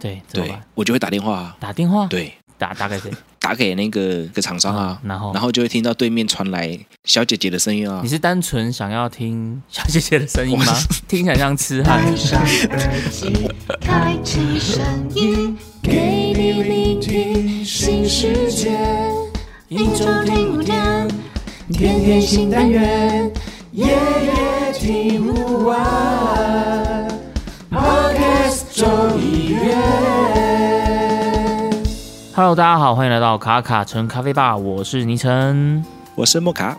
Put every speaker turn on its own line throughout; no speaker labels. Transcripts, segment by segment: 对，怎么
对
办？，
我就会打电话、啊，
打电话，
对，
打打给谁？
打给那个个厂商啊，
然后
然后就会听到对面传来小姐姐的声音啊
你，是单纯想要听小姐姐的声音吗？ 听起来像痴汉。
戴上耳机，开启声音，给你聆听新世界。一周听五天，天天新单元，夜夜听不完。Podcast 周一月。
Hello，大家好，欢迎来到卡卡城咖啡吧，我是倪晨。
我是莫卡，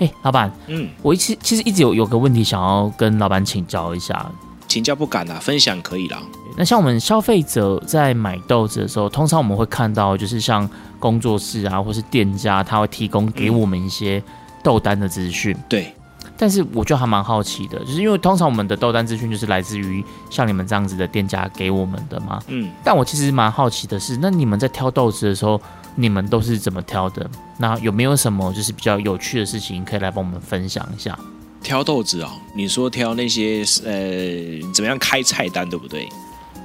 哎、老板，
嗯，
我一其其实一直有有个问题想要跟老板请教一下。
请教不敢啦，分享可以啦，
那像我们消费者在买豆子的时候，通常我们会看到，就是像工作室啊，或是店家，他会提供给我们一些豆单的资讯。
对，
但是我就还蛮好奇的，就是因为通常我们的豆单资讯就是来自于像你们这样子的店家给我们的嘛。
嗯，
但我其实蛮好奇的是，那你们在挑豆子的时候，你们都是怎么挑的？那有没有什么就是比较有趣的事情可以来帮我们分享一下？
挑豆子哦，你说挑那些呃怎么样开菜单对不对？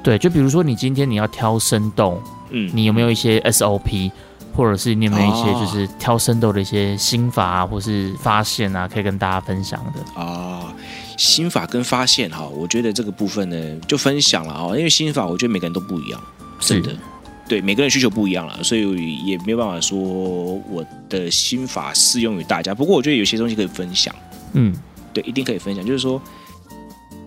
对，就比如说你今天你要挑生豆，
嗯，
你有没有一些 SOP，或者是你有没有一些
哦
就是挑生豆的一些心法啊，或是发现啊，可以跟大家分享的？
啊、心法跟发现哈，我觉得这个部分呢就分享了啊哈，因为心法我觉得每个人都不一样，真的
是，
对每个人需求不一样了，所以也没有办法说我的心法适用于大家。不过我觉得有些东西可以分享，
嗯，
对，一定可以分享，就是说，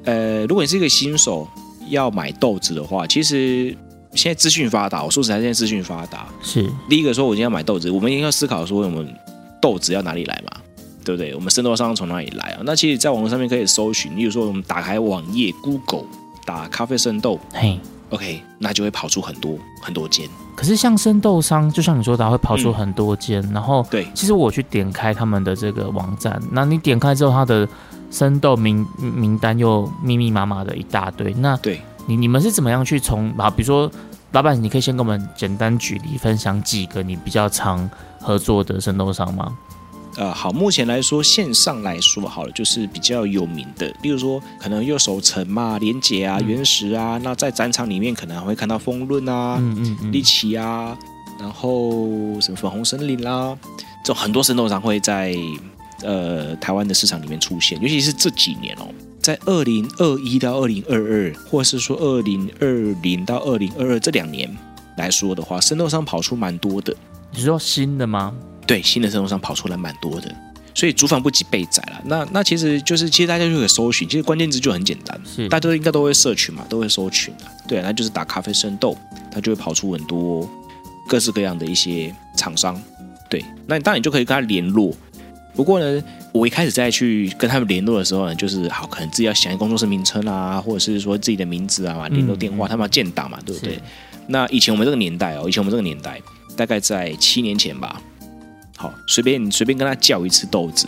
呃，如果你是一个新手要买豆子的话，其实。现在资讯发达，我说实在，现在资讯发达。
是
第一个说，我今天要买豆子，我们一定要思考说，我们豆子要哪里来嘛，对不对？我们生豆商从哪里来啊？那其实，在网络上面可以搜寻，例如说，我们打开网页 Google 打咖啡生豆
嘿。
，OK，那就会跑出很多很多间。
可是像生豆商，就像你说的啊，会跑出
嗯
很多间，然后
对
其实我去点开他们的这个网站，那你点开之后，它的生豆名名单又密密麻麻的一大堆。那
对，
你你们是怎么样去从啊？比如说，老板，你可以先跟我们简单举例，分享几个你比较常合作的生豆商吗？
呃，好，目前来说，线上来说好了，就是比较有名的，例如说，可能右手城嘛、联结啊、原石啊，那在展场里面可能还会看到风论啊、
嗯嗯嗯
利，奇啊，然后什么粉红森林啦、啊这种很多生豆商会在呃台湾的市场里面出现，尤其是这几年哦，在二零二一到二零二二，或是说二零二零到二零二二这两年来说的话，生豆商跑出蛮多的，
你说新的吗？
对，新的生豆商跑出来蛮多的。所以竹房不及被宰了，那那其实就是，其实大家就可以搜寻，其实关键字就很简单，
是
大家都应该都会社群嘛，都会搜群啊。对啊，那就是打咖啡生豆，它就会跑出很多各式各样的一些厂商。对，那你当然你就可以跟他联络。不过呢，我一开始在去跟他们联络的时候呢，就是好，可能自己要想一个工作室名称啊，或者是说自己的名字啊，联络电话，他们要建档嘛，对不对
是？
那以前我们这个年代哦，以前我们这个年代，大概在七年前吧。好，随便你随便跟他叫一次豆子，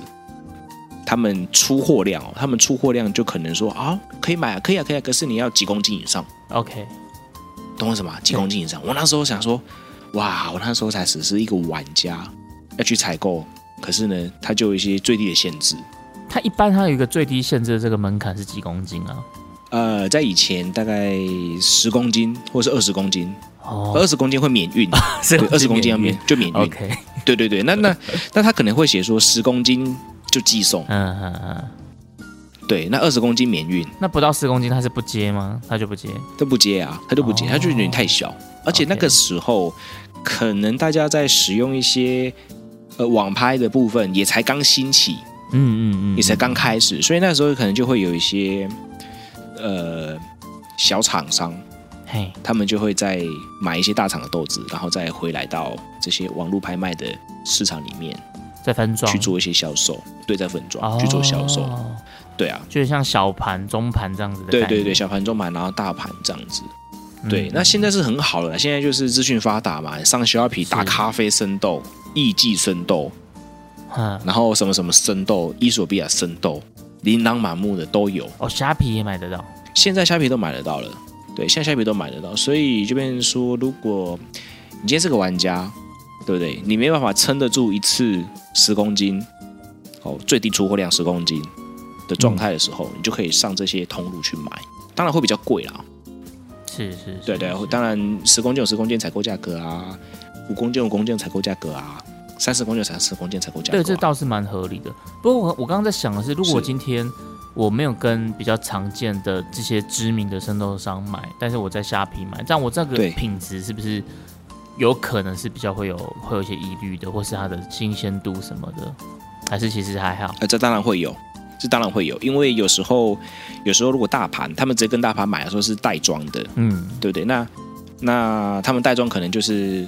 他们出货量哦，他们出货量就可能说啊，可以买啊，可以啊，可以啊，可是你要几公斤以上，
OK，
懂我什么？几公斤以上？我那时候想说，哇，我那时候才只是一个玩家，要去采购，可是呢，它就有一些最低的限制。
它一般它有一个最低限制的这个门槛是几公斤啊？
呃，在以前大概十公斤或是二十公斤，
哦，
二十公斤会免运，
是
对，二十公斤要啊免就免运。
OK，
对对对，那那那他可能会写说十公斤就寄送，
嗯嗯嗯，
对，那二十公斤免运，
那不到四公斤它是不接吗？它就不接。
他不接啊，他就不接，
哦
他就觉得你太小，而且那个时候可能大家在使用一些呃网拍的部分也才刚兴起，
嗯嗯嗯，
也才刚开始，所以那时候可能就会有一些呃小厂商，
嘿，
他们就会在买一些大厂的豆子，然后再回来到这些网络拍卖的市场里面
在分装
去做一些销售，对，在粉
哦
装去做销售，对啊。
就是像小盘、中盘这样子的。
对对对，，小盘、中盘，然后大盘这样子。对，
嗯
那现在是很好了啦，现在就是资讯发达嘛，上 s h o p 打咖啡生豆、艺伎生豆，
嗯，
然后什么什么生豆、伊索比亚生豆，琳琅满目的都有。
哦，虾皮也买得到。
现在虾皮都买得到了，对，现在虾皮都买得到，所以这边说，如果你今天是个玩家，对不对？你没办法撑得住一次十公斤，哦，最低出货量十公斤的状态的时候，你就可以上这些通路去买，当然会比较贵啦，
是是，
对对，当然十公斤有十公斤采购价格啊，五公斤有五公斤采购价格啊，三十公斤有三十公斤采购价格、啊。
对，这倒是蛮合理的。不过我我刚刚在想的是，如果
是
今天我没有跟比较常见的这些知名的生豆商买，但是我在虾皮买，这样我这个
对
品质是不是有可能是比较会有会有一些疑虑的，或是它的新鲜度什么的，还是其实还好？
呃，这当然会有，这当然会有，因为有时候有时候如果大盘他们直接跟大盘买的时候是袋装的，
嗯，
对不对？那那他们袋装可能就是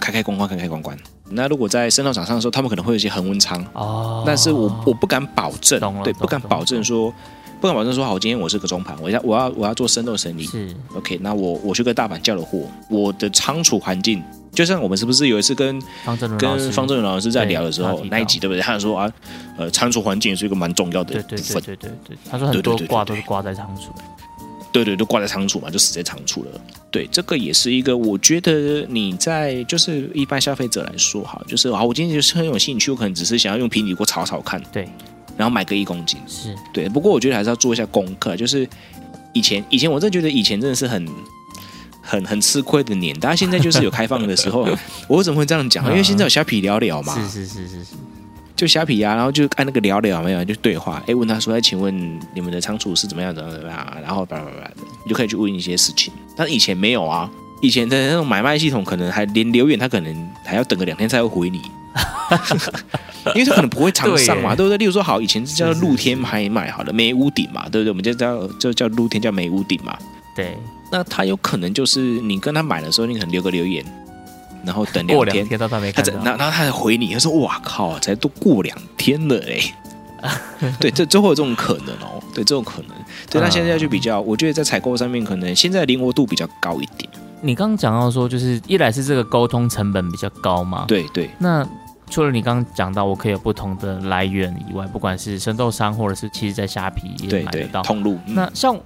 开开关关，开开关关。那如果在生产厂商的时候，他们可能会有一些恒温仓，
哦，
但是我我不敢保证
懂了，
对，
懂
不敢
懂
保证说，不敢保证说好，今天我是个中盘，我要我要我要做生豆生意
是
OK，那我我去跟大阪叫了货，我的仓储环境，就像我们是不是有一次跟
方正伦老师
跟方正伦老师在聊的时
对他
候
提到
那一集，对不对？他说啊，呃，仓储环境也是一个蛮重要的
对
部
对
分
对，对对对，他说很
对对
多
对对
挂
对
都是挂在仓储，
对对，都挂在仓储嘛，就死在仓储了。对，这个也是一个，我觉得你在就是一般消费者来说，哈，就是啊，我今天就是很有兴趣，我可能只是想要用平底锅炒炒看，
对，
然后买个一公斤。
是
对，不过我觉得还是要做一下功课，就是以前以前我真的觉得以前真的是很。很很吃亏的年代，但现在就是有开放的时候，啊我为什么会这样讲？因为现在有虾皮聊聊嘛，
是是是是是，
就虾皮啊，然后就按那个聊聊有没有，就对话，哎，问他说，哎，请问你们的仓储是怎么样，怎么样怎么样啊，然后叭叭叭的，你就可以去问一些事情。但以前没有啊，以前的那种买卖系统，可能还连留言他可能还要等个两天才会回你，因为他可能不会常上嘛， 对不对？例如说，好，以前是叫
是是
露天拍卖，好了，没屋顶嘛，对不对？我们就叫就叫露天叫没屋顶嘛。
对，
那他有可能就是你跟他买的时候，你可能留个留言，然后等
过两
两天，
天到他没
他
看
在，
到，
然后然后他才回你，他说：“哇靠，才都过两天了 哎、对，这这会有这种可能哦，对，这种可能。
嗯
对，那现在就比较，我觉得在采购上面，可能现在灵活度比较高一点。
你刚刚讲到说，就是一来是这个沟通成本比较高嘛，。
对对
那除了你刚刚讲到我可以有不同的来源以外，不管是生豆商或者是其实在虾皮也
对
买
对
得到。，
通路。嗯
那像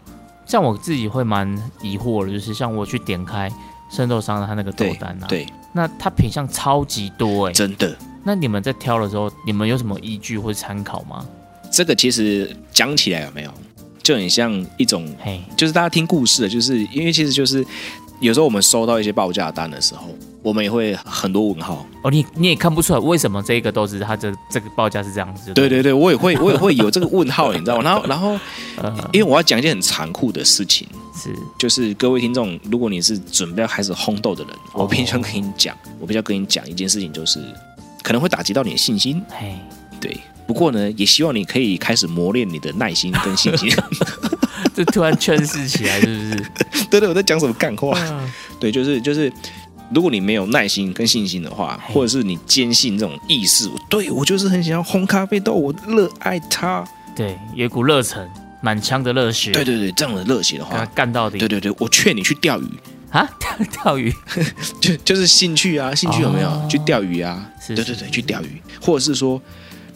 像我自己会蛮疑惑的，就是像我去点开生豆商的他那个豆
对
单啊，
嗯对，
那它品相超级多哎、
真的，
那你们在挑的时候，你们有什么依据或是参考吗？
这个其实讲起来有没有，就很像一种
嘿，
就是大家听故事的，就是因为其实就是有时候我们收到一些报价单的时候，我们也会很多问号。
哦，你你也看不出来为什么这一个豆子它这这个报价是这样子，
对
不
对对，我也会我也会有这个 问号，你知道吗？然后然后，
呃，
因为我要讲一件很残酷的事情。
是
就是各位听众，如果你是准备要开始烘豆的人，我必须要跟你讲，我必须要跟你讲一件事情，就是可能会打击到你的信心。
嘿，
对，不过呢，也希望你可以开始磨练你的耐心跟信心。
这突然劝世起来是不是？
对对，我在讲什么干话？
嗯
对，就是就是，如果你没有耐心跟信心的话，
嘿
或者是你坚信这种意识，对我就是很想要烘咖啡豆，我热爱它。
对，有一股热忱，满腔的热血，
对对对，这样的热血的
跟他
话，
干到底。
对对对，我劝你去钓鱼，
啊，钓钓鱼
就就是兴趣啊，兴趣有没有？
哦
去钓鱼啊，
是
对
是
对对，
是
去钓鱼，或者是说，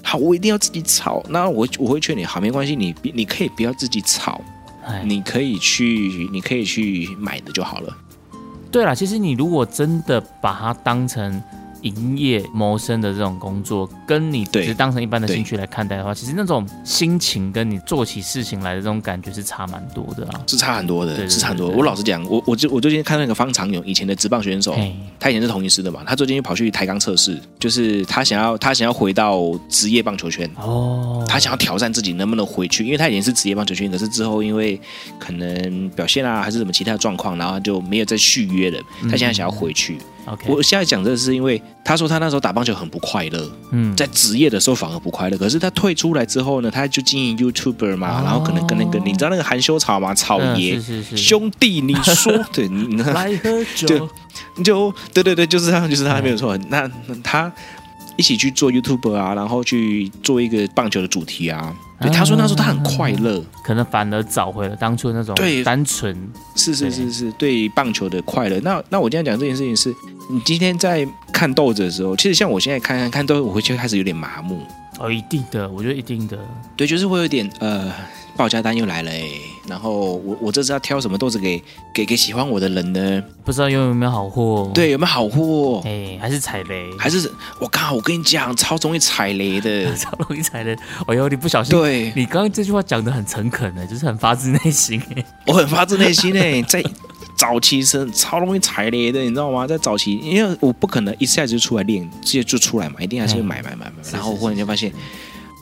好，我一定要自己炒。那我我会劝你，好，没关系，你你可以不要自己炒，
哎，
你可以去，你可以去买的就好了。
对啦，其实你如果真的把它当成营业谋生的这种工作，跟你只
对
是当成一般的
对
兴趣来看待的话，其实那种心情跟你做起事情来的这种感觉是差蛮多的啦。
是差很多
对对
的，
对
是差很多的。
对对
我老实讲，我我就我最近看那个方长勇以前的职棒选手，
嘿，
他以前是同一师的嘛，他最近又跑去台钢测试，就是他想要他想要回到职业棒球圈。
哦，
他想要挑战自己能不能回去，因为他以前是职业棒球圈，可是之后因为可能表现啊还是什么其他的状况，然后他就没有再续约了。
嗯
他现在想要回去。
OK，
我现在讲这是因为他说他那时候打棒球很不快乐，
嗯
在职业的时候反而不快乐。可是他退出来之后呢，他就经营 YouTuber 嘛，
哦
然后可能跟那个你知道那个含羞草嘛，草
嗯
爷、
是是是，
兄弟，你说对，你 你
来喝
就
酒，
你就对对对，就是他，就是他，
嗯
没有错。那那他一起去做 YouTuber 啊，然后去做一个棒球的主题啊。对，他说那时候他很快乐，
可能反而找回了当初那种
对
单纯，
是是是是，对棒球的快乐。那那我今天讲这件事情是，你今天在看豆子的时候，其实像我现在看看看豆子，我会就开始有点麻木，
哦，一定的，我觉得一定的，
对，就是会有点呃，报价单又来了哎、然后我我这次要挑什么豆子给给给喜欢我的人呢？
不知道有没有好货，，
对，有没有好货？
哎，还是踩雷，，
还是我靠，我跟你讲，超容易踩雷的
超容易踩雷，哎呦，你不小心
对。
欸你刚刚这句话讲的很诚恳呢，就是很发自内心哎。
欸 我很发自内心诶、在早期是超容易踩雷的，你知道吗？在早期，因为我不可能一下子就出来练，直接就出来嘛，一定还是会买买买买。
是
然后
是
忽然间发现，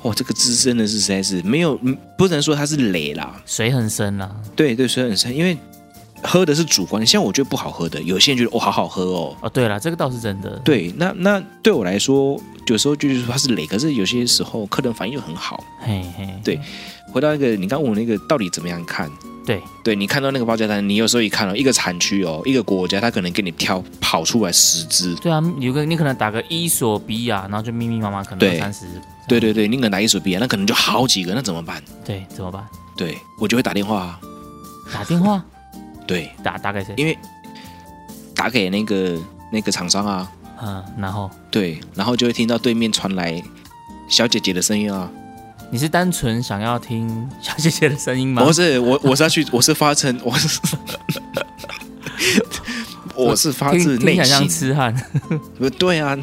哇，这个字真的是实在是没有，嗯不能说它是雷啦，
水很深啊啦、
对对，水很深，因为喝的是主观的，像我觉得不好喝的，有些人觉得哦好好喝哦，
哦，对了，这个倒是真的。
对，那那对我来说，有时候就是说它是雷，可是有些时候客人反应又很好。
嘿嘿，
对回到那个你刚问我那个到底怎么样看？
对，
对你看到那个报价单，你有时候一看哦，一个产区哦，一个国家，它可能给你挑跑出来十只，
对啊，有个你可能打个伊索比亚，啊然后就密密麻麻可能
对
有三十，
对对对，你可能拿一手比啊，那可能就好几个，那怎么办？
对，怎么办？
对我就会打电话啊，
打电话
对，
打打给谁？
因为打给那个那个厂商啊，
嗯，然后
对，然后就会听到对面传来小姐姐的声音啊，
你是单纯想要听 小姐姐的声音吗？
不是我，我是要去，我是发成，我是我是发
听
自
听起
内
来像
心，
痴汉，
不对啊，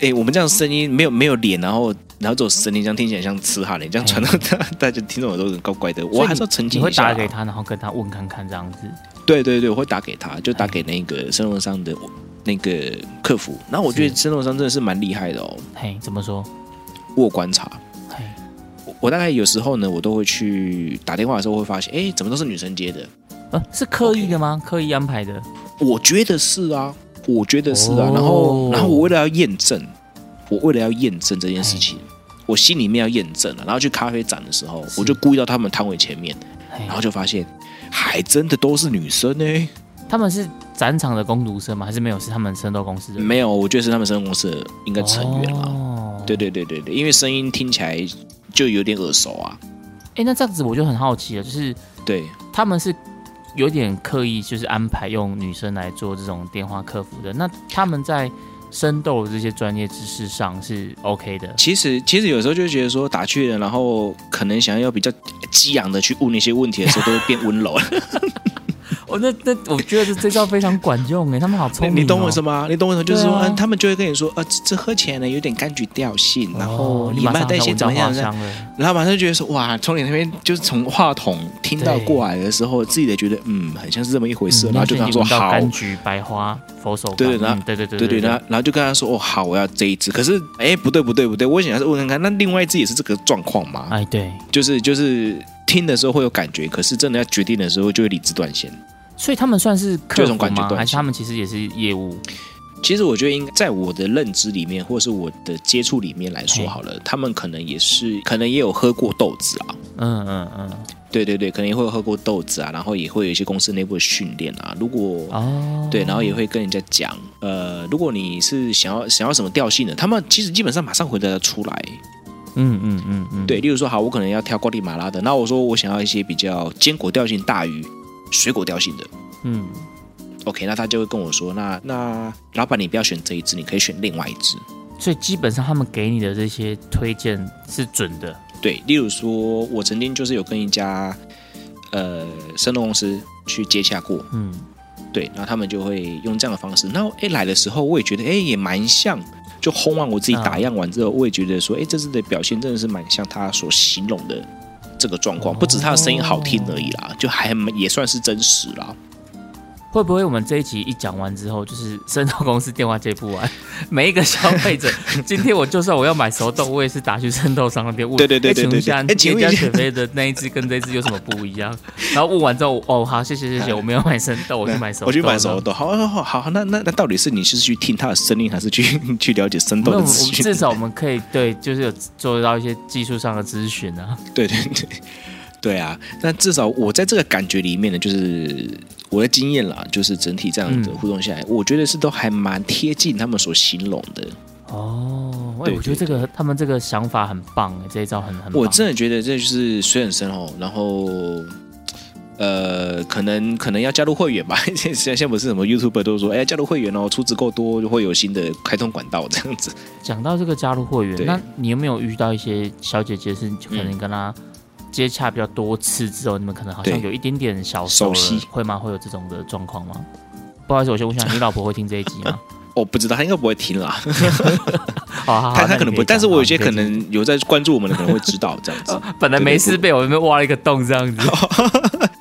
哎，我们这样声音没有没有脸，然后然后这种声音这样听起来像痴汉嘞，这样传到大 大家听众都很怪怪的，
所
我
以
还是要澄
嗯 你
清
会
一下
打
啊。
给他，然后跟他问看看这样子。
对对对，我会打给他，就打给那个生活上的那个客服。然后我觉得
是
生活上真的是蛮厉害的哦，
嘿，怎么说？
我有观察。
嘿，
我我大概有时候呢，我都会去打电话的时候会发现，哎，怎么都是女生接的？
呃，是刻意的吗？刻意安排的？
我觉得是啊，我觉得是啊。
哦
然后，然后我为了要验证，我为了要验证这件事情，我心里面要验证了。然后去咖啡展的时候，
是
我就故意到他们摊位前面，
嘿
然，后就发现，还真的都是女生呢、欸
他们是展场的工读生吗？还是没有？是他们圣斗公司的
没有，我觉得是他们生公司的应该成员啦。
哦
对对对对对，因为声音听起来就有点耳熟啊。
哎，那这样子我就很好奇了，就是
对，
他们是有点刻意，就是安排用女生来做这种电话客服的。那他们在深斗这些专业知识上是 OK 的，
其实其实有时候就觉得说打趣了，然后可能想要比较激昂的去问一些问题的时候，都会变温柔了。
哦，那那我觉得这这招非常管用哎，他们好聪明、哦
你懂我什
么？
么啊？你懂我什么？就是
对
说，
啊
嗯，他们就会跟你说，呃，这这喝起来呢有点柑橘调性，然后
哦你
你
马
慢
上
带
就
些
闻
怎
到
么
花
样？怎么样
香了，
然后马上就觉得说，哇，从你那边就是从话筒听到
对
过来的时候，自己的觉得，嗯，很像是这么一回事，
嗯
然后就跟他说
闻到
好，
柑橘、白花、佛手柑，
对对然后
嗯对对对
对对，
对
然后然后就跟他说，哦，好，我要这一只。可是，哎，不对不对不对，我想要是问看看，那另外一只也是这个状况吗？
哎对，
就是就是听的时候会有感觉，可是真的要决定的时候就会理智断线。
所以他们算是客
这
服
种感觉
吗？
对
还是他们其实也是业务？
其实我觉得应该在我的认知里面，或者是我的接触里面来说好了，他们可能也是，可能也有喝过豆子啊。
嗯嗯嗯，
对对对，可能也会有喝过豆子啊，然后也会有一些公司内部的训练啊。如果、
哦，
对，然后也会跟人家讲，呃，如果你是想要想要什么调性的，他们其实基本上马上回答得出来。
嗯嗯嗯嗯，
对，例如说，好，我可能要挑瓜地马拉的，那我说我想要一些比较坚果调性大于水果调性的。
嗯，
OK，那他就会跟我说，那那老板你不要选这一只，你可以选另外一只。
所以基本上他们给你的这些推荐是准的，
对，例如说，我曾经就是有跟一家呃生动公司去接洽过，
嗯，
对，然后他们就会用这样的方式。那哎来的时候，我也觉得哎也蛮像，就烘完我自己
啊
打样完之后，我也觉得说，哎这次的表现真的是蛮像他所形容的这个状况，不止他的声音好听而已啦，就还蛮也算是真实啦。
会不会我们这一集一讲完之后，就是深造公司电话接不完， 每一个消费 者，今天我就算我要买熟豆，我也是打去深豆商那边问，
对对对对对
哎请
对对
问一下，
哎
你
请
们家雪菲的那一只跟这一只有什么不一样？ 然后问完之后，哦，好，谢谢谢谢，我没有买生豆，我去买熟豆，
我去买熟。豆，好好好好，那那那到底是你是去听他的声音，还是去 去了解生
那
豆
我
的
们
资
我们
讯？
至少我们可以对，就是有做到一些技术上的咨询啊。
对对对，对啊。那至少我在这个感觉里面呢，就是我的经验啦，就是整体这样的
嗯
互动下来，我觉得是都还蛮贴近他们所形容的。
哦，哎、
对
我觉得这个他们这个想法很棒，哎，这一招很很棒。
我真的觉得这就是水很深哦，然后。呃，可能可能要加入会员吧。 现现在不是什么 YouTuber 都说，哎、加入会员哦，出资够多就会有新的开通管道这样子。
讲到这个加入会员，
对嗯
那你有没有遇到一些小姐姐是可能跟她接洽比较多次之后，你们可能好像
对
有一点点小熟了
熟悉，
会吗？会有这种的状况吗？ 不好意思，我先问一下，你老婆会听这一集 吗？哦
我、哦不知道，他应该不会听啦，
好好好，
他
那
他
你
可能
以
不，
讲
但是我有些可。
好 你以哦
能 有在关注我们的，可能会知道这样子。
讲本来没事被我们挖了一个洞这样子，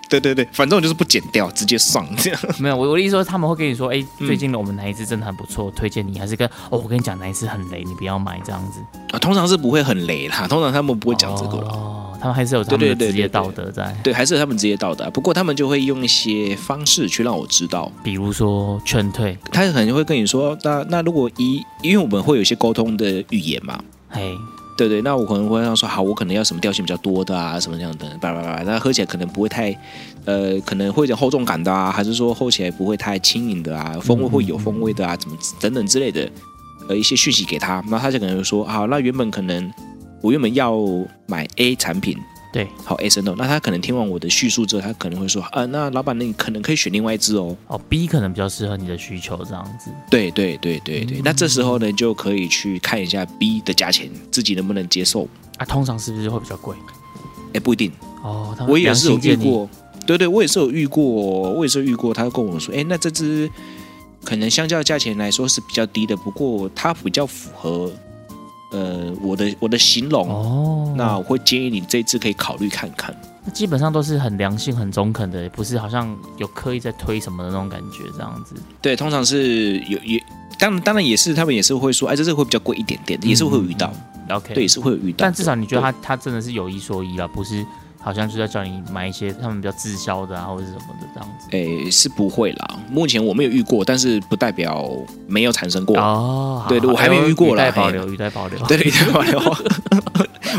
对对对，反正我就是不剪掉，直接上这样。
没有，我我的意思说他们会跟你说，哎、
嗯
最近我们哪一支真的很不错，推荐你，还是跟哦，我跟你讲哪一支很雷，你不要买这样子。
啊，通常是不会很雷啦，通常他们不会讲这个啦。
哦，他们还是有他们
对对
的
对
职业
对对
道德在，
对，还是他们直接到的啊、不过他们就会用一些方式去让我知道，
比如说劝退，
他可能会跟你说，那那如果一，因为我们会有一些沟通的语言嘛，
嘿，
对对，那我可能会让说，好，我可能要什么调性比较多的啊，什么这样的，叭叭叭，那喝起来可能不会太，呃，可能会有点厚重感的啊，还是说喝起来不会太轻盈的啊，风味会有风味的啊，怎么等等之类的，呃，一些讯息给他，那他就可能会说，好，那原本可能我原本要买 A 产品，
对，
好 A 生豆，那他可能听完我的叙述之后，他可能会说，呃，那老板，那你可能可以选另外一支哦，
哦，B 可能比较适合你的需求这样子。
对对对对
嗯
对，那这时候呢，就可以去看一下 B 的价钱，自己能不能接受，
啊，通常是不是会比较贵？
哎，不一定。
哦，他们
我也是有
良心
遇
建议，
过，对对，我也是有遇过，我也是有遇过，他跟我说，哎，那这只可能相较价钱来说是比较低的，不过它比较符合呃我的我的形容，
哦，
那我会建议你这只可以考虑看看。
那基本上都是很良性、很中肯的，不是好像有刻意在推什么的那种感觉这样子。
对，通常是有也。当当然也是，他们也是会说，哎，这只会比较贵一点点，也是会有遇到，
OK，
对，也是会有遇到的。
嗯但至少你觉得他他真的是有一说一啊，不是好像就在叫你买一些他们比较滞销的啊，或者是什么的这样子。
诶，哎是不会啦。目前我没有遇过，但是不代表没有产生过。
哦，好
对对
好
我还没
哎呦
遇过啦
语带保留，语带保留。
对对对，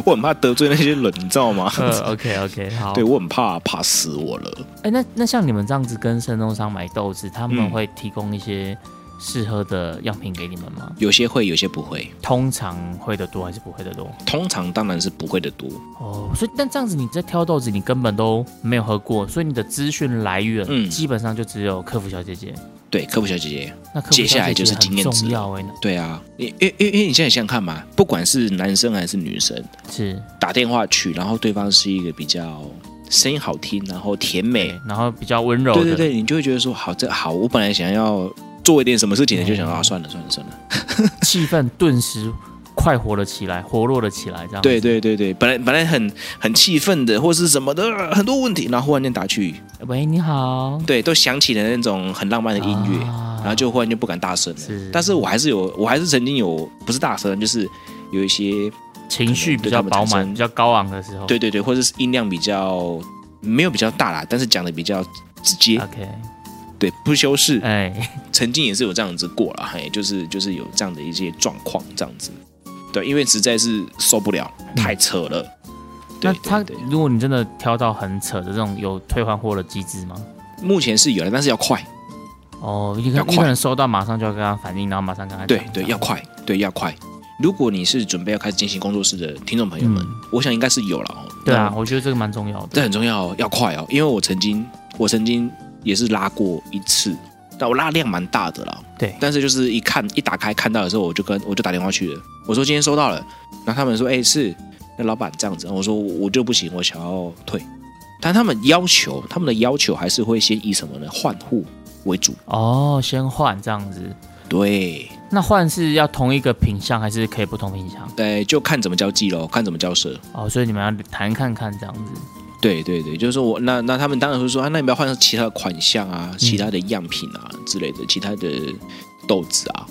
我很怕得罪那些人，你知道吗？
呃，OK OK，好。
对我很怕，怕死我了。
哎，那那像你们这样子跟生东商买豆子，他们
嗯
会提供一些适合的样品给你们吗？
有些会，有些不会。
通常会的多还是不会的多？
通常当然是不会的多。
哦，所以但这样子你在挑豆子，你根本都没有喝过，所以你的资讯来源
嗯
基本上就只有客服小姐姐。
对，科普小姐姐，
那客服小姐姐
接下来就是经验
很
值
重要哎、
对啊，你因因因为你现在想想看嘛，不管是男生还是女生，
是
打电话去，然后对方是一个比较声音好听，然后甜美，
对，然后比较温柔嗯的，
对对对，你就会觉得说，好，这好，我本来想要做一点什么事情的，就
嗯
想啊，算了算了算了。
气氛顿时快活了起来，活络了起来，这样子
对，对对对，本来本来很很气愤的，或是什么的，很多问题，然后忽然间打去，
喂，你好，
对，都响起了那种很浪漫的音乐，
啊
然后就忽然就不敢大声了。
是
但是我还是有，我还是曾经有，不是大声，就是有一些，
情绪比较饱
对他们产
满、
生
比较高昂的时候，
对对对，或者是音量比较没有比较大啦，但是讲的比较直接，
，OK，
对，不修饰。
啊哎，
曾经也是有这样子过了，嘿，就是就是有这样的一些状况，这样子，对，因为实在是受不了，太扯了。对
嗯那他
对对
如果你真的挑到很扯的这种有退换货的机制吗？
目前是有了，但是要快，
哦，你可
要
能
快
你可能收到马上就要跟他反映，然后马上跟他讲
对
这
对，要
样
快，对要快。如果你是准备要开始进行工作室的听众朋友们，
嗯
我想应该是有了哦。
对啊
那，
我觉得这个蛮重要的。
这很重要哦，要快哦，因为我曾经我曾经也是拉过一次，但我拉量蛮大的啦。
对
但是就是一看一打开看到的时候，我就跟我就打电话去了，我说今天收到了，然后他们说哎、是，那老板这样子，我说我我就不行，我想要退，但他们要求他们的要求还是会先以什么呢换户为主，
哦，先换这样子，
对，
那换是要同一个品相还是可以不同品相？
呃就看怎么交际喽，看怎么交涉，
哦，所以你们要谈看看这样子。
对对对，就是说我那那他们当然会说啊，那你不要换成其他的款项啊、其他的样品啊之类的，其他的豆子啊，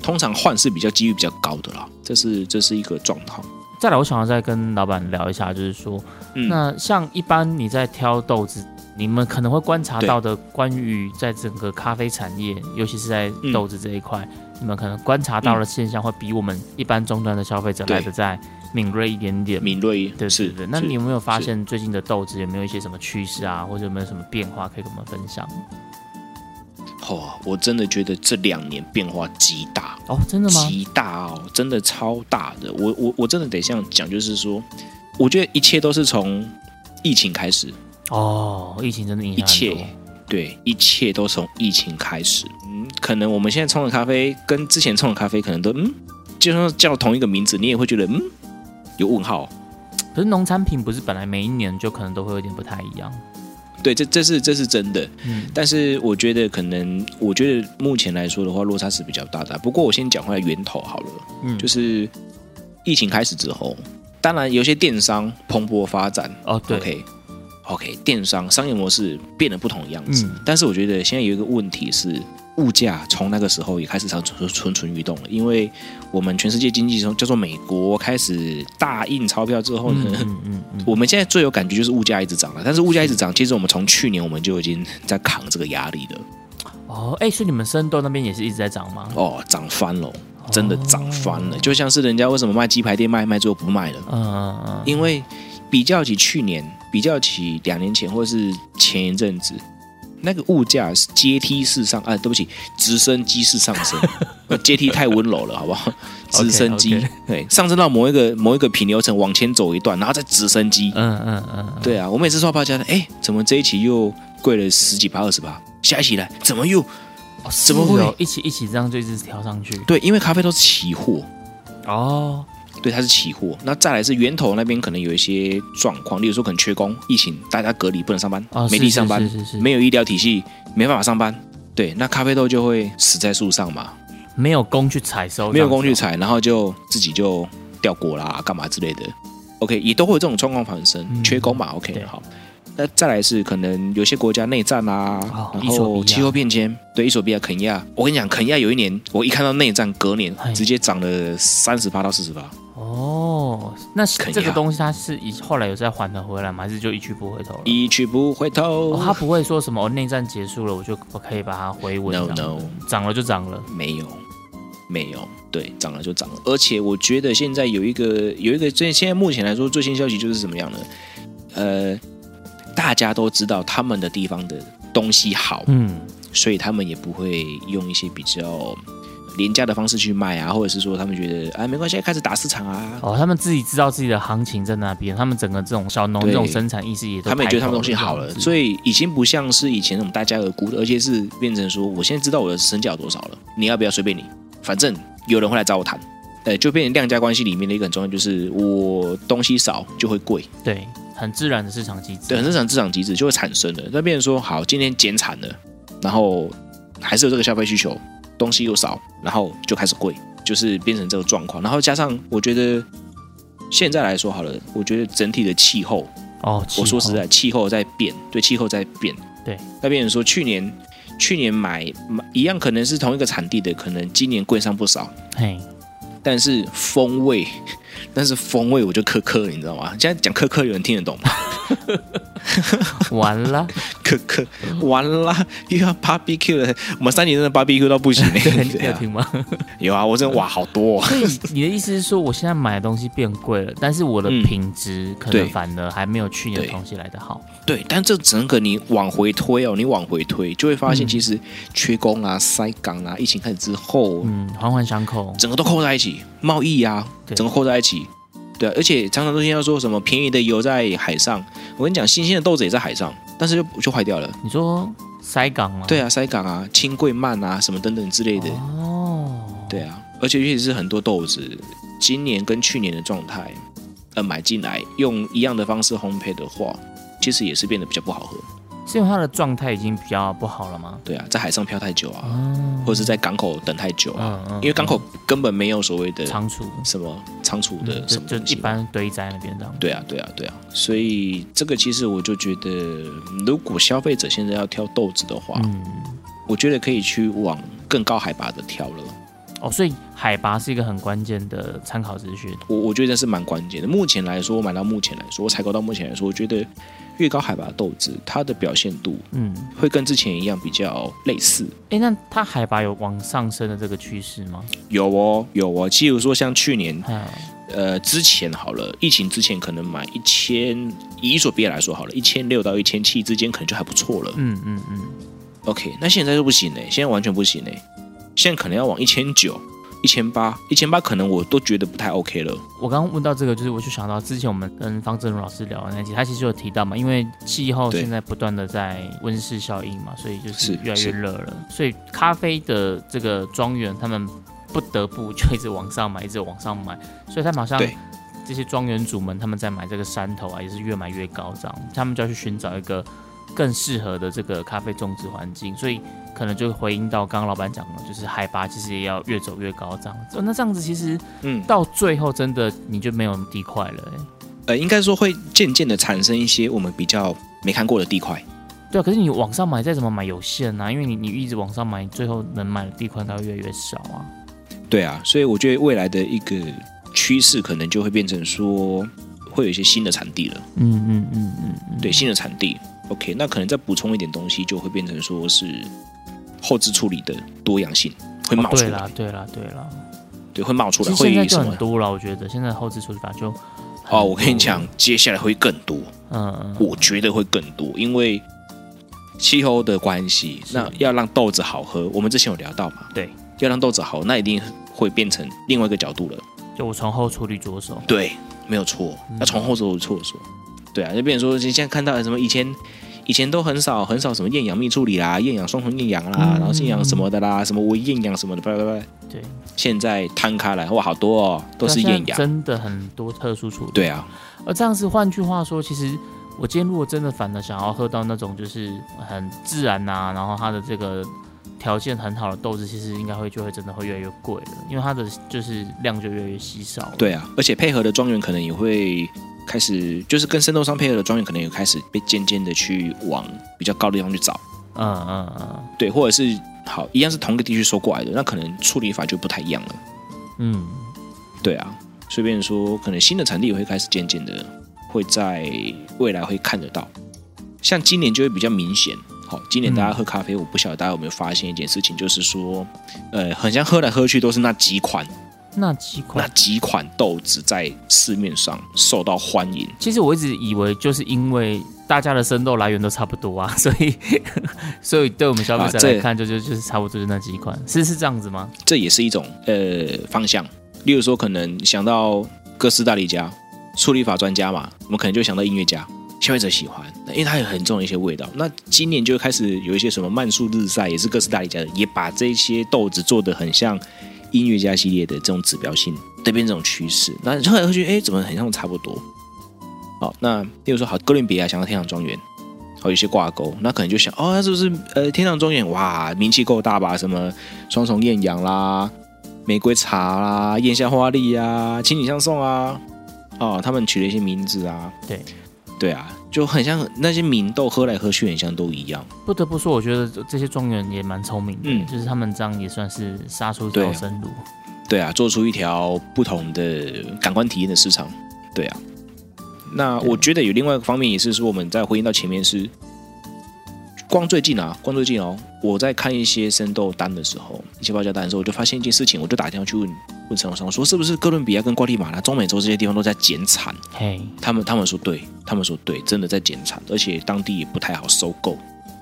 通常换是比较几率比较高的啦，这是这是一个状况。
再来，我想要再跟老板聊一下，就是说，
嗯
那像一般你在挑豆子，你们可能会观察到的关于在整个咖啡产业，尤其是在
嗯
豆子这一块，你们可能观察到的现象会比我们一般终端的消费者
对
来的再敏锐一点点。
敏锐
对
是
对对，那
是
你有没有发现最近的豆子有没有一些什么趋势啊，或者有没有什么变化可以跟我们分享？
哦，我真的觉得这两年变化极大，
哦，真的吗？
极大哦，真的超大的。我我我真的得这样讲，就是说，我觉得一切都是从疫情开始，
哦，疫情真的影
一
响很
切
多。
对，一切都从疫情开始。嗯，可能我们现在冲的咖啡跟之前冲的咖啡可能都嗯，就算叫同一个名字，你也会觉得嗯有问号。
可是农产品不是本来每一年就可能都会有点不太一样。
对，这这是这是真的。
嗯，
但是我觉得可能，我觉得目前来说的话，落差是比较大的啊。不过我先讲回来源头好了，
嗯
就是疫情开始之后，当然有些电商蓬勃发展
哦对
，OK， OK，电商商业模式变得不同的样子。
嗯
但是我觉得现在有一个问题是，物价从那个时候也开始蠢蠢蠢蠢欲动了，因为我们全世界经济从叫做美国开始大印钞票之后呢。
嗯嗯嗯，
我们现在最有感觉就是物价一直涨了，但是物价一直涨，其实我们从去年我们就已经在扛这个压力了。
哦，哎、所以你们深豆那边也是一直在涨吗？
哦，涨翻了，真的涨翻了，就像是人家为什么卖鸡排店卖一卖最后不卖了，
嗯嗯嗯，
因为比较起去年，比较起两年前或是前一阵子，那个物价是阶梯式上啊，对不起，直升机式上升，呃阶梯太温柔了，好不好？直升机
OK，OK
对，上升到某一个某一个平流层，往前走一段，然后再直升机。
嗯嗯嗯，
对啊，我每次刷报价的，哎，怎么这一期又贵了十几趴、二十趴？下一期来，怎么又
哦
怎么会
是哦一起一起这样就一直调上去？
对？因为咖啡都是期货，
哦，
对，它是期货。那再来是源头那边可能有一些状况，例如说可能缺工、疫情，大家隔离不能上班，
哦，
没
是
地上班，
是是是是
没有医疗体系，没办法上班。对，那咖啡豆就会死在树上嘛，
没有工去采收，
没有
哦
工
这
具
样子
采，然后就自己就掉果啦，干嘛之类的。OK，也都会有这种状况发生，
嗯
缺工嘛。OK，
对
好。那再来是可能有些国家内战啦，
哦
然
伊索比
后
亚
气候变迁，对，伊索比亚、肯亚，我跟你讲，肯亚有一年，我一看到内战，隔年
哎
直接涨了三十八到四十八，
哦。那
肯啊
这个
亚
东西它是以后来有再还的回来吗？还是就一去不回头了？
一去不回头。
哦，他不会说什么哦，内战结束了，我就我可以把它回稳
No，
这样
no
涨了就涨了，
没有，没有，对，涨了就涨了。而且我觉得现在有一个有一个最现在目前来说最新消息就是怎么样呢？呃，大家都知道他们的地方的东西好，
嗯，
所以他们也不会用一些比较廉价的方式去卖啊，或者是说他们觉得哎没关系，开始打市场啊。
哦，他们自己知道自己的行情在那边，他们整个这种小农
对
这种生产意识也都
他们也觉得他们东西
抬头
好
这
了，
样子
所以已经不像是以前那种大家而沽的，而且是变成说，我现在知道我的身价有多少了，你要不要随便你，反正有人会来找我谈。对，就变成量价关系里面的一个很重要，就是我东西少就会贵，
对，很自然的市场机制，
对，很正常市场机制就会产生的。那变成说，好，今天减产了，然后还是有这个消费需求，东西又少，然后就开始贵，就是变成这个状况。然后加上我觉得现在来说好了，我觉得整体的气候
哦，气
我说实
候，
在，气候在变，对，气候在变。
对，
那边人说去年去年买买一样，可能是同一个产地的，可能今年贵上不少，
嘿，
但是风味， 但是风味我就苛刻了，你知道吗？现在讲苛刻有人听得懂吗？
完了，
苛刻，
嗯
完啦，又要 barbecue 了，我们三年真的 barbecue 到 不行、
对，
欸。
你有听吗？嗯
有啊，我真的哇，好多、哦。
所以你的意思是说，我现在买的东西变贵了，但是我的
嗯
品质可
对
能反而还没有去年的
对
东西来的好。
对，但这整个你往回推哦，你往回推就会发现，
嗯
其实缺工啊、塞港啊，疫情开始之后，
嗯，环环相扣。
整个都扣在一起，贸易啊，
对
整个扣在一起。对啊、而且常常都听到说什么便宜的油在海上，我跟你讲，新鲜的豆子也在海上，但是就就坏掉了。
你说塞港吗？
对啊，塞港啊、轻贵慢啊什么等等之类的。
哦，
对啊，而且尤其是很多豆子，今年跟去年的状态，呃，买进来用一样的方式烘焙的话，其实也是变得比较不好喝。
是因为它的状态已经比较不好了吗？
对啊，在海上漂太久啊，
哦，
或者是在港口等太久啊，
嗯嗯
因为港口根本没有所谓的
嗯仓储
什么仓储
嗯
的
就
什么
就
东
一
西嘛。
般堆在那边这样。
对啊，对啊，对啊，所以这个其实我就觉得，如果消费者现在要挑豆子的话，
嗯，
我觉得可以去往更高海拔的挑了。
哦，所以海拔是一个很关键的参考资讯。
我我觉得这是蛮关键的。目前来说，买到目前来说，我采购到目前来说，我觉得越高海拔的豆子，它的表现度
嗯，
会跟之前一样比较类似。
哎，那它海拔有往上升的这个趋势吗？
有哦，有哦。譬如说像去年，
嗯，
呃，之前好了，疫情之前可能买一千，以伊索比亚来说好了，一千六到一千七之间可能就还不错了。
嗯嗯嗯，
OK，那现在就不行嘞，现在完全不行嘞，现在可能要往一千九、一千八、一千八，可能我都觉得不太 OK 了。
我刚刚问到这个，就是我就想到之前我们跟方正荣老师聊的那集，他其实有提到嘛，因为气候
对
现在不断的在温室效应嘛，所以就是
是
越来越
是
热了，所以咖啡的这个庄园他们不得不就一直往上买，一直往上买，所以他们好像
对
这些庄园主们他们在买这个山头啊，也是越买越高涨，他们就要去寻找一个更适合的这个咖啡种植环境，所以可能就回应到刚刚老板讲的，就是海拔其实也要越走越高这样子。那这样子其实。
嗯，
到最后真的你就没有地块了、欸。
呃，应该说会渐渐的产生一些我们比较没看过的地块。
对啊，可是你网上买再怎么买有限啊，因为你你一直往上买，最后能买的地块它会越来越少啊。
对啊，所以我觉得未来的一个趋势可能就会变成说，会有一些新的产地了。
嗯嗯嗯嗯嗯，
对，新的产地。OK，那可能再补充一点东西，就会变成说是后置处理的多样性会
哦
冒出
对
来，
啦对啦对啦，
对，会冒出
其
来，
实现在
会
就
什
很
么？
多了，我觉得现在后置处理法就
哦，我跟你讲，接下来会更多，
嗯，嗯
我觉得会更多，因为气候的关系，那要让豆子好喝，我们之前有聊到嘛？
对，
要让豆子好，那一定会变成另外一个角度了。
就我从后处理着手。
对，没有错，
嗯
要从后手错说。对啊，就变成说，你现在看到什么以前。以前都很少很少什么厌氧蜜处理啦，厌氧双重厌氧啦，
嗯
然后厌氧什么的啦，什么微厌氧什么的，拜拜拜。
对，啊
现在摊开来，哇，好多哦，都是
那现在
厌氧。
真的很多特殊处理。
对啊，
而这样子，换句话说，其实我今天如果真的反而想要喝到那种就是很自然呐、然后它的这个条件很好的豆子，其实应该会就会真的会越来越贵了，因为它的就是量就越来越稀少了。
对啊，而且配合的庄园可能也会开始，就是跟生豆商配合的庄园可能也开始被渐渐的去往比较高的地方去找，
嗯，嗯嗯
对，或者是好一样是同一个地区收过来的，那可能处理法就不太一样了，
嗯
对啊，随便说，可能新的产地也会开始渐渐的会在未来会看得到，像今年就会比较明显。好，今年大家喝咖啡，我不晓得大家有没有发现一件事情，就是说，呃，很像喝来喝去都是那几款
嗯，那几
那
款。
几款豆子在市面上受到欢迎，
其实我一直以为就是因为大家的生豆来源都差不多啊，所以 所以对我们消费
啊
者
这
来看，就就就是差不多就那几款，是是这样子吗？
这也是一种呃方向。例如说，可能想到哥斯达黎加处理法专家嘛，我们可能就想到音乐家，消费者喜欢，那因为它有很重的一些味道。那今年就开始有一些什么曼树日晒，也是哥斯达黎加的，也把这些豆子做的很像音乐家系列的这种指标性，这边这种趋势。那后来会觉得，哎，怎么很像差不多？好，那例如说，好哥伦比亚想到天堂庄园。好，有些挂钩，那可能就想，哦，那是不是呃，天堂庄园哇，名气够大吧？什么双重艳阳啦、玫瑰茶啦、燕下花粒啊、情景相送啊，哦，他们取了一些名字啊，
对，
对啊，就很像那些名豆喝来喝去很像都一样，
不得不说，我觉得这些庄园也蛮聪明的，
嗯
就是他们这样也算是杀出一条
对
生路。
对啊，做出一条不同的感官体验的市场，对啊。那
对
我觉得有另外一个方面也是说，我们在回应到前面是，光最近啊，光最近哦，我在看一些生豆单的时候，一些报价单的时候，我就发现一件事情，我就打电话去问问陈老商说，是不是哥伦比亚跟瓜地马拉、中美洲这些地方都在减产？
嘿，
他们他们说对，他们说对，真的在减产，而且当地也不太好收购。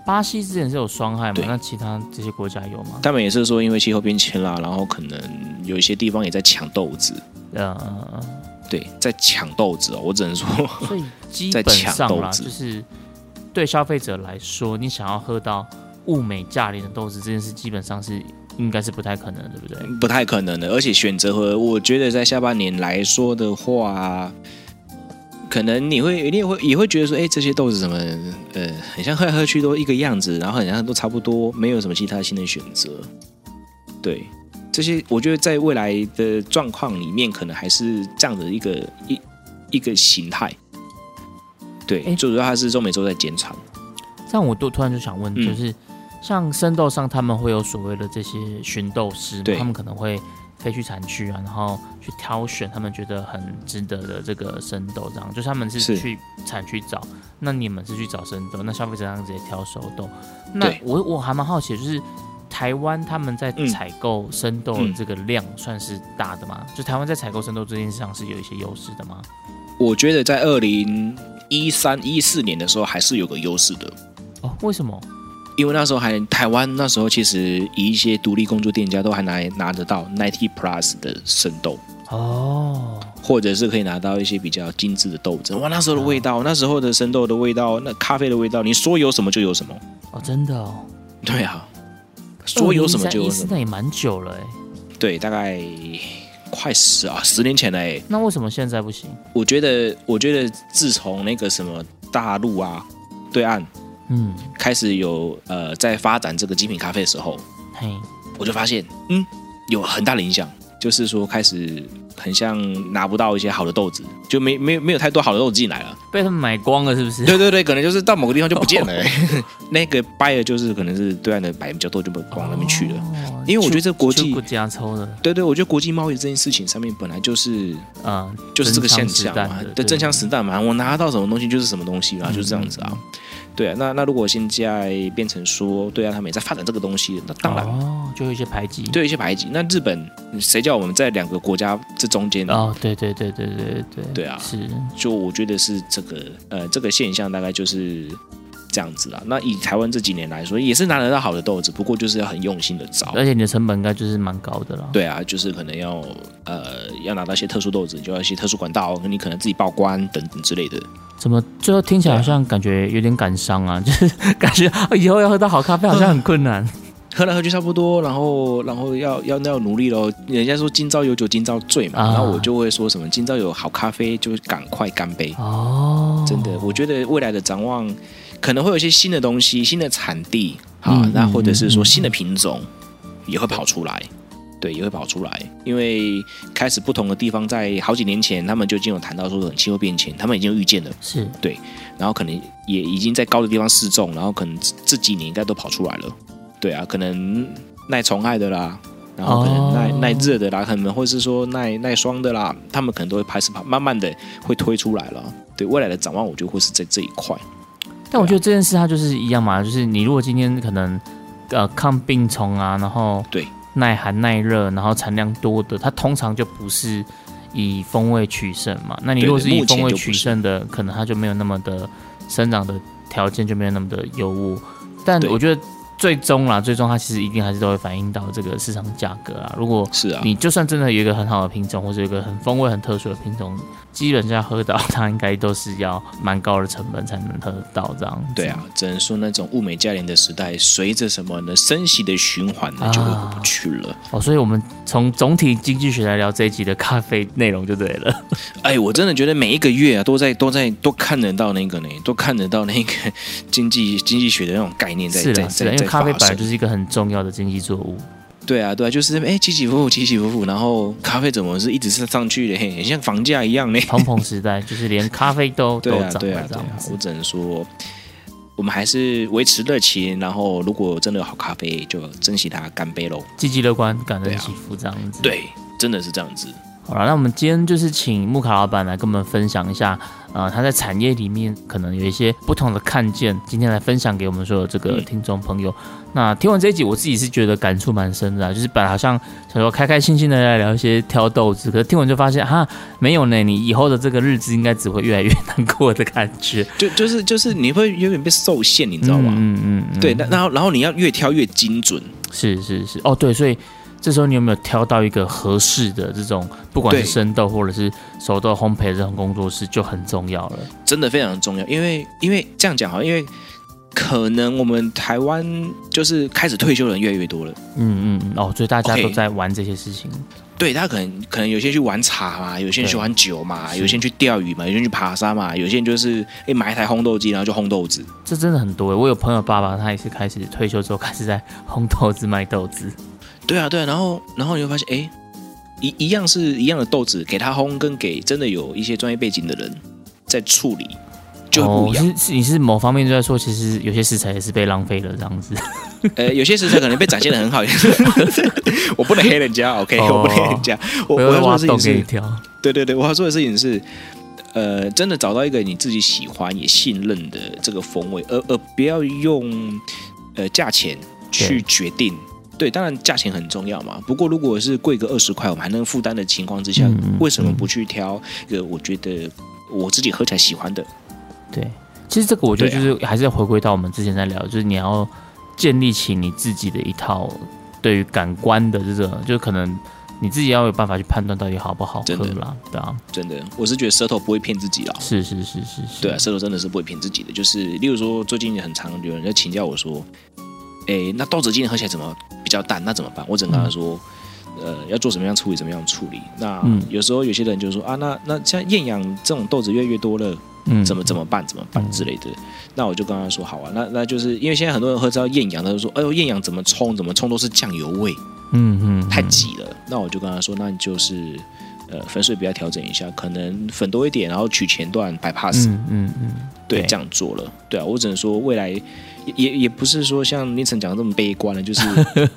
巴西之前是有双害嘛？
对
那其他这些国家有吗？
他们也是说，因为气候变迁啦，然后可能有一些地方也在抢豆子，
呃呃，呃
对，在抢豆子哦。我只能说，
所以基
在
本
抢
上啦，
豆子
就是对消费者来说，你想要喝到物美价廉的豆子，这件事基本上是应该是不太可能的，对不对？
不太可能的。而且选择和我觉得在下半年来说的话，可能你会你也会也会觉得说，哎，这些豆子怎么呃，很像喝来喝去都一个样子，然后很像都差不多，没有什么其他新的选择。对，这些我觉得在未来的状况里面，可能还是这样的一个一一个形态。对，
诶
最主要还是中美洲在减产。
这样我都突然就想问，
嗯
就是像生豆商他们会有所谓的这些寻豆师嘛，
对
他们可能会飞去产区啊，然后去挑选他们觉得很值得的这个生豆，这样就是他们是
是
去产区找，那你们是去找生豆，那消费者这样直接挑熟豆。那
对
我我还蛮好奇，就是台湾他们在
嗯
采购生豆的
嗯
这个量算是大的吗？就台湾在采购生豆这件事上是有一些优势的吗？
我觉得在二零一三一四年的时候，还是有个优势的。
哦，为什么？
因为那时候还台湾那时候其实以一些独立工作店家都还拿拿得到 ninety plus 的生豆，
哦，
或者是可以拿到一些比较精致的豆子。哇，那时候的味道，那时候的生豆的味道，那咖啡的味道，你说有什么就有什么。
哦，真的哦。
对啊，说有什么就有
2013
什么。
那也蛮久了哎。
对，大概快十啊十年前了哎。
那为什么现在不行？
我觉得，我觉得自从那个什么大陆啊对岸
嗯，
开始有呃在发展这个精品咖啡的时候，
嘿，
我就发现，嗯，有很大的影响。就是说开始很像拿不到一些好的豆子，就没没有没有太多好的豆子进来了。
被他们买光了是不是？
对对对，可能就是到某个地方就不见了、欸 那个 buyer 就是可能是对岸的百比较多，就往那边去了。
哦
因为我觉得这国际
就国家抽的，
对对，我觉得国际贸易这件事情上面本来就是
嗯，
就是这个现
真枪
象
实
嘛
弹的，
对，真枪实弹嘛，我拿到什么东西就是什么东西啦，
嗯
就是这样子啊。对啊，那那如果现在变成说，对啊，他们也在发展这个东西，那当然
哦，就有一些排挤，
对一些排挤。那日本谁叫我们在两个国家这中间？
哦，对对对对对对
对啊
是
就我觉得是这个呃这个现象大概就是这样子啦。那以台湾这几年来说，也是拿得到好的豆子，不过就是要很用心的找。
而且你的成本应该就是蛮高的啦。
对啊，就是可能要呃要拿到一些特殊豆子，就要一些特殊管道，你可能自己报关等等之类的。
怎么最后听起来好像感觉有点感伤啊？就是感觉哦以后要喝到好咖啡好像很困难。
喝来喝去差不多，然后然后要要要努力喽。人家说今朝有酒今朝醉嘛，
啊
然后我就会说什么今朝有好咖啡就赶快干杯。
哦，
啊真的，我觉得未来的展望可能会有一些新的东西、新的产地啊，
嗯
那或者是说
嗯嗯
新的品种也会跑出来。对，也会跑出来，因为开始不同的地方在好几年前，他们就已经有谈到说气候变迁，他们已经有预见了，
是
然后可能也已经在高的地方示众，然后可能这这几年应该都跑出来了。对啊，可能耐虫害的啦，然后可能耐、
哦
耐热的啦，可能或是说耐耐霜的啦，他们可能都会开始跑，慢慢的会推出来了。对未来的展望，我觉得会是在这一块。
但我觉得这件事它就是一样嘛，就是你如果今天可能呃抗病虫啊，然后
对
耐寒耐热，然后产量多的，它通常就不是以风味取胜嘛。那你
对
如果是
目
以
前
风味
就不是
取胜的，可能它就没有那么的生长的条件就没有那么的优渥。但
对
我觉得最终啦，最终它其实一定还是都会反映到这个市场价格啊。如果
是啊，
你就算真的有一个很好的品种，或者有一个很风味很特殊的品种，基本上喝到它应该都是要蛮高的成本才能喝到这样子。
对啊，只能说那种物美价廉的时代，随着什么呢升息的循环呢，就会
啊
回不去了。
哦，所以我们从总体经济学来聊这一集的咖啡内容就对了。
哎，我真的觉得每一个月啊，都在都在都看得到那个呢，都看得到那个 经济经济学的那种概念在
是
在
的，是的，
在
因
在
为咖啡
发
本来
生
就是一个很重要的经济作物。
对啊对啊，就是哎起起伏伏起起伏伏，然后咖啡怎么是一直是上去的， 嘿，很像房价一样呢。
蓬蓬时代就是连咖啡都都
对啊
涨
对
了
啊
这
对啊
样，子
我。只能说。我们还是维持热情，然后如果真的有好咖啡，就珍惜它，干杯喽！
积极乐观，感
对
恩
啊
祈福这样子。，
对，真的是这样子。
好了，那我们今天就是请木卡老板来跟我们分享一下，呃，他在产业里面可能有一些不同的看见，今天来分享给我们所有这个
嗯
听众朋友。那听完这一集，我自己是觉得感触蛮深的、啊，就是本来好像想说开开心心的来聊一些挑豆子，可是听完就发现哈，没有呢，你以后的这个日子应该只会越来越难过的感觉，
就就是就是你会有点被受限， 你知道吗？
嗯嗯嗯，
对，那然后然后你要越挑越精准，
是是是，哦对，所以这时候你有没有挑到一个合适的这种，不管是
对
生豆或者是熟豆烘焙的这种工作室就很重要了。
真的非常重要，因为因为这样讲哈，因为可能我们台湾就是开始退休的人越来越多了，
嗯嗯嗯，哦，所以大家
OK
都在玩这些事情。
对他可能可能有些去玩茶嘛，有些人
对
喜欢酒嘛，
是
有些人去钓鱼嘛，有些人去爬山嘛，有些人就是哎买一台烘豆机然后就烘豆子，
这真的很多耶，欸我有朋友爸爸，他也是开始退休之后开始在烘豆子、卖豆子。
对啊对啊，然后然后你会发现哎。一一样是一样的豆子，给他烘跟给真的有一些专业背景的人在处理就会不一样。
哦、是是你是某方面就在说，其实有些食材也是被浪费了这样子。
呃，有些食材可能被展现的很好，我不能黑人家，OK，、
哦
我不能黑人家。我
我
我
会
要说
挖
的事
洞
情
给你
是，
跳。
对对对，我要说的事情是，呃，真的找到一个你自己喜欢也信任的这个风味，而而不要用呃价钱去决定。对，当然价钱很重要嘛。不过如果是贵个二十块，我们还能负担的情况之下，
嗯嗯
为什么
嗯
不去挑一个我觉得我自己喝起来喜欢的？
对，其实这个我觉得就
对啊
是还是要回归到我们之前在聊，就是你要建立起你自己的一套对于感官的这种，就可能你自己要有办法去判断到底好不好
真
喝
的
啦，对啊，
真的，我是觉得舌头不会骗自己啦。
是是是是是，
对啊，射手真的是不会骗自己的。就是例如说，最近很常有人在请教我说：“哎，那豆子今天喝起来怎么比较淡？那怎么办？”我只能跟他说：“呃，要做什么样处理，怎么样处理。”那
嗯
有时候有些人就说：“啊，那那像艳阳这种豆子越来越多了，
嗯
怎么怎么办？怎么办
嗯
之类的。”那我就跟他说：“好啊，那那就是因为现在很多人喝到艳阳，他就说：‘哎呦，艳阳怎么冲？怎么冲都是酱油味。
嗯嗯，
太挤了。那我就跟他说，那你就是呃粉水比较调整一下，可能粉多一点，然后取前段 bypass，、
嗯嗯嗯，
对，
对
这样做了。对啊，我只能说未来也也也不是说像宁晨讲的这么悲观了，就是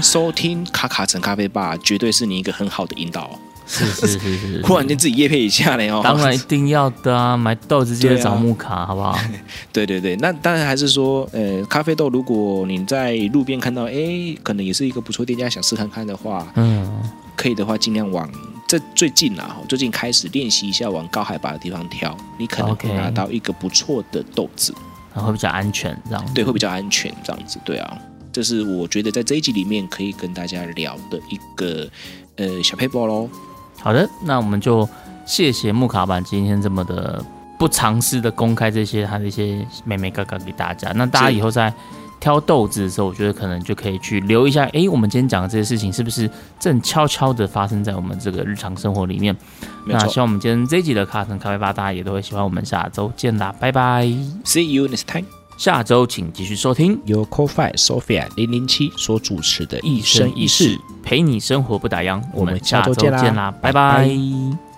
收听卡卡城咖啡吧，绝对是你一个很好的引导。
是是是是是，
忽然间自己夜配一下嘞哦，
嗯当然一定要的啊，买豆子记得
对啊
找木卡，好不 好？
对对对，那当然还是说，呃，咖啡豆，如果你在路边看到，哎，可能也是一个不错店家，想试看看的话，
嗯，
可以的话尽量往这最近啊，最近开始练习一下往高海拔的地方挑，你可能
OK
会拿到一个不错的豆子，
然后会比较安全这样。
对，会比较安全这样子，对啊，这是我觉得在这一集里面可以跟大家聊的一个呃小 paper 喽，
好的，那我们就谢谢木卡板今天这么的不尝试的公开这些他的一些美美嘎嘎给大家。那大家
是
以后在挑豆子的时候，我觉得可能就可以去留意一下，诶，我们今天讲的这些事情是不是正悄悄的发生在我们这个日常生活里面？
没
那
有
希
错
望我们今天这一集的卡城咖啡吧，大家也都会喜欢。我们下周见啦，拜拜！
，See you next time。
下周请继续收听《
由 CoFi Sophia 零零七所主持的
一生一世》，陪你生活不打烊。我
我们
们
下
下
周
周
见啦
见啦，拜
拜
拜
拜